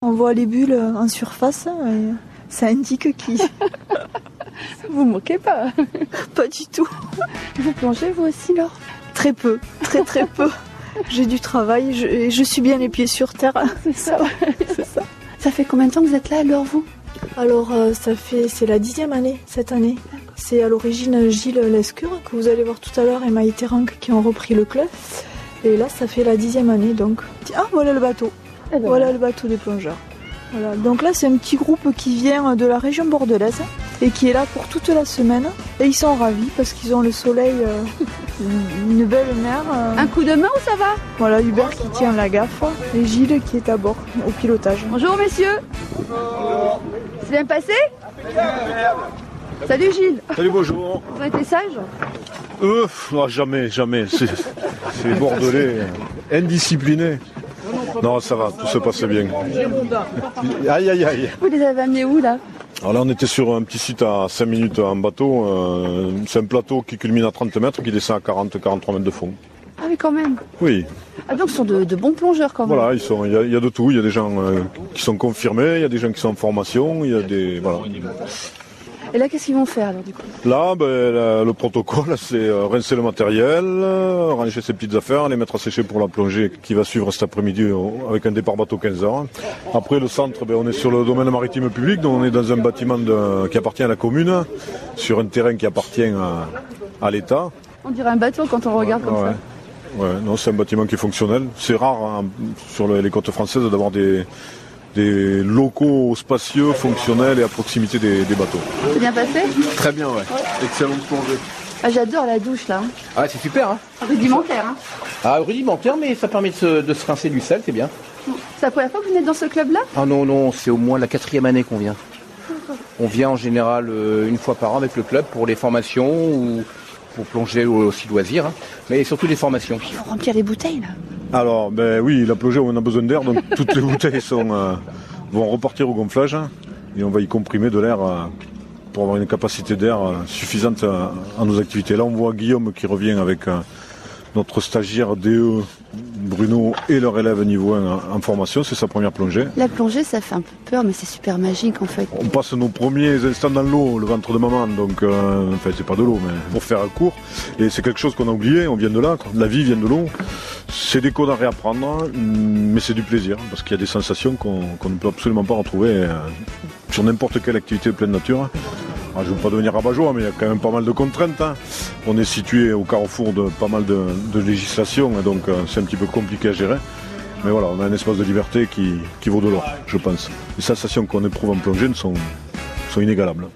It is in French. on voit les bulles euh, en surface hein, et ça indique qui. Vous moquez pas pas du tout. Vous plongez vous aussi, Laure Très peu, très très peu. J'ai du travail, je, et je suis bien les pieds sur terre. C'est ça, ouais, c'est ça. Ça fait combien de temps que vous êtes là, Laure, vous Alors euh, ça fait, c'est la dixième année cette année. C'est à l'origine Gilles Lescure que vous allez voir tout à l'heure et Maïté Rank qui ont repris le club. Et là ça fait la dixième année donc. Ah voilà le bateau, Eh ben, voilà le bateau des plongeurs. Voilà. Donc là c'est un petit groupe qui vient de la région bordelaise et qui est là pour toute la semaine. Et ils sont ravis parce qu'ils ont le soleil, euh, une belle mer. euh, Un coup de main ou ça va Voilà Hubert qui tient la gaffe et Gilles qui est à bord au pilotage. Bonjour messieurs C'est bien passé Salut Gilles Salut, bonjour. Vous été sage Euh, pff, non, jamais, jamais. C'est c'est bordelais, euh, indiscipliné. Non, ça va, tout se passe bien. Aïe, aïe, aïe. Vous les avez amenés où là Alors là, on était sur un petit site à 5 minutes en bateau. euh, C'est un plateau qui culmine à 30 mètres, qui descend à 40, 43 mètres de fond. Ah oui quand même Oui, Ah donc ce sont de, de bons plongeurs quand même voilà, ils sont- il y, a- il y a de tout. Il y a des gens euh, qui sont confirmés, il y a des gens qui sont en formation, il y a des... Voilà. Et là qu'est-ce qu'ils vont faire alors du coup Là, ben, la- le protocole, c'est euh, rincer le matériel, euh, ranger ses petites affaires, les mettre à sécher pour la plongée qui va suivre cet après-midi euh, avec un départ bateau 15h. Après, le centre, ben, on est sur le domaine maritime public, donc on est dans un bâtiment de- qui appartient à la commune, sur un terrain qui appartient à, à l'État. On dirait un bateau quand on regarde comme Ouais. ça. Ouais, non, c'est un bâtiment qui est fonctionnel. C'est rare hein, sur le- les côtes françaises d'avoir des, des locaux spacieux, fonctionnels et à proximité des- des bateaux. C'est bien passé Très bien, ouais. Excellente plongée. ah, J'adore la douche là. hein. Ah, c'est super, hein Rudimentaire. Hein. Ah, rudimentaire, mais ça permet de se, de se rincer du sel, c'est bien. C'est la première fois que vous venez dans ce club là Ah non, non, c'est au moins la quatrième année qu'on vient. On vient en général euh, une fois par an avec le club pour les formations ou pour plonger au- aussi loisirs, hein. mais surtout les formations. Il faut remplir les bouteilles là. Alors, ben oui, la plongée, on a besoin d'air, donc toutes les bouteilles sont, euh, vont repartir au gonflage hein, et on va y comprimer de l'air euh, pour avoir une capacité d'air euh, suffisante euh, à nos activités. Là, on voit Guillaume qui revient avec euh, notre stagiaire DE Bruno et leur élève niveau 1 en- en formation, c'est sa première plongée. La plongée ça fait un peu peur mais c'est super magique en fait. On passe nos premiers instants dans l'eau, le ventre de maman, donc euh, enfin c'est pas de l'eau, mais pour faire court. Et c'est quelque chose qu'on a oublié, on vient de là, quoi. la vie vient de l'eau. C'est des codes à réapprendre, hum, mais c'est du plaisir, parce qu'il y a des sensations qu'on qu'on ne peut absolument pas retrouver euh, sur n'importe quelle activité de pleine nature. Alors, je ne veux pas devenir rabat-joie, mais il y a quand même pas mal de contraintes. hein. On est situé au carrefour de pas mal de, de législations, et donc euh, c'est un petit peu compliqué à gérer. Mais voilà, on a un espace de liberté qui, qui vaut de l'or, je pense. Les sensations qu'on éprouve en plongée ne sont, sont inégalables.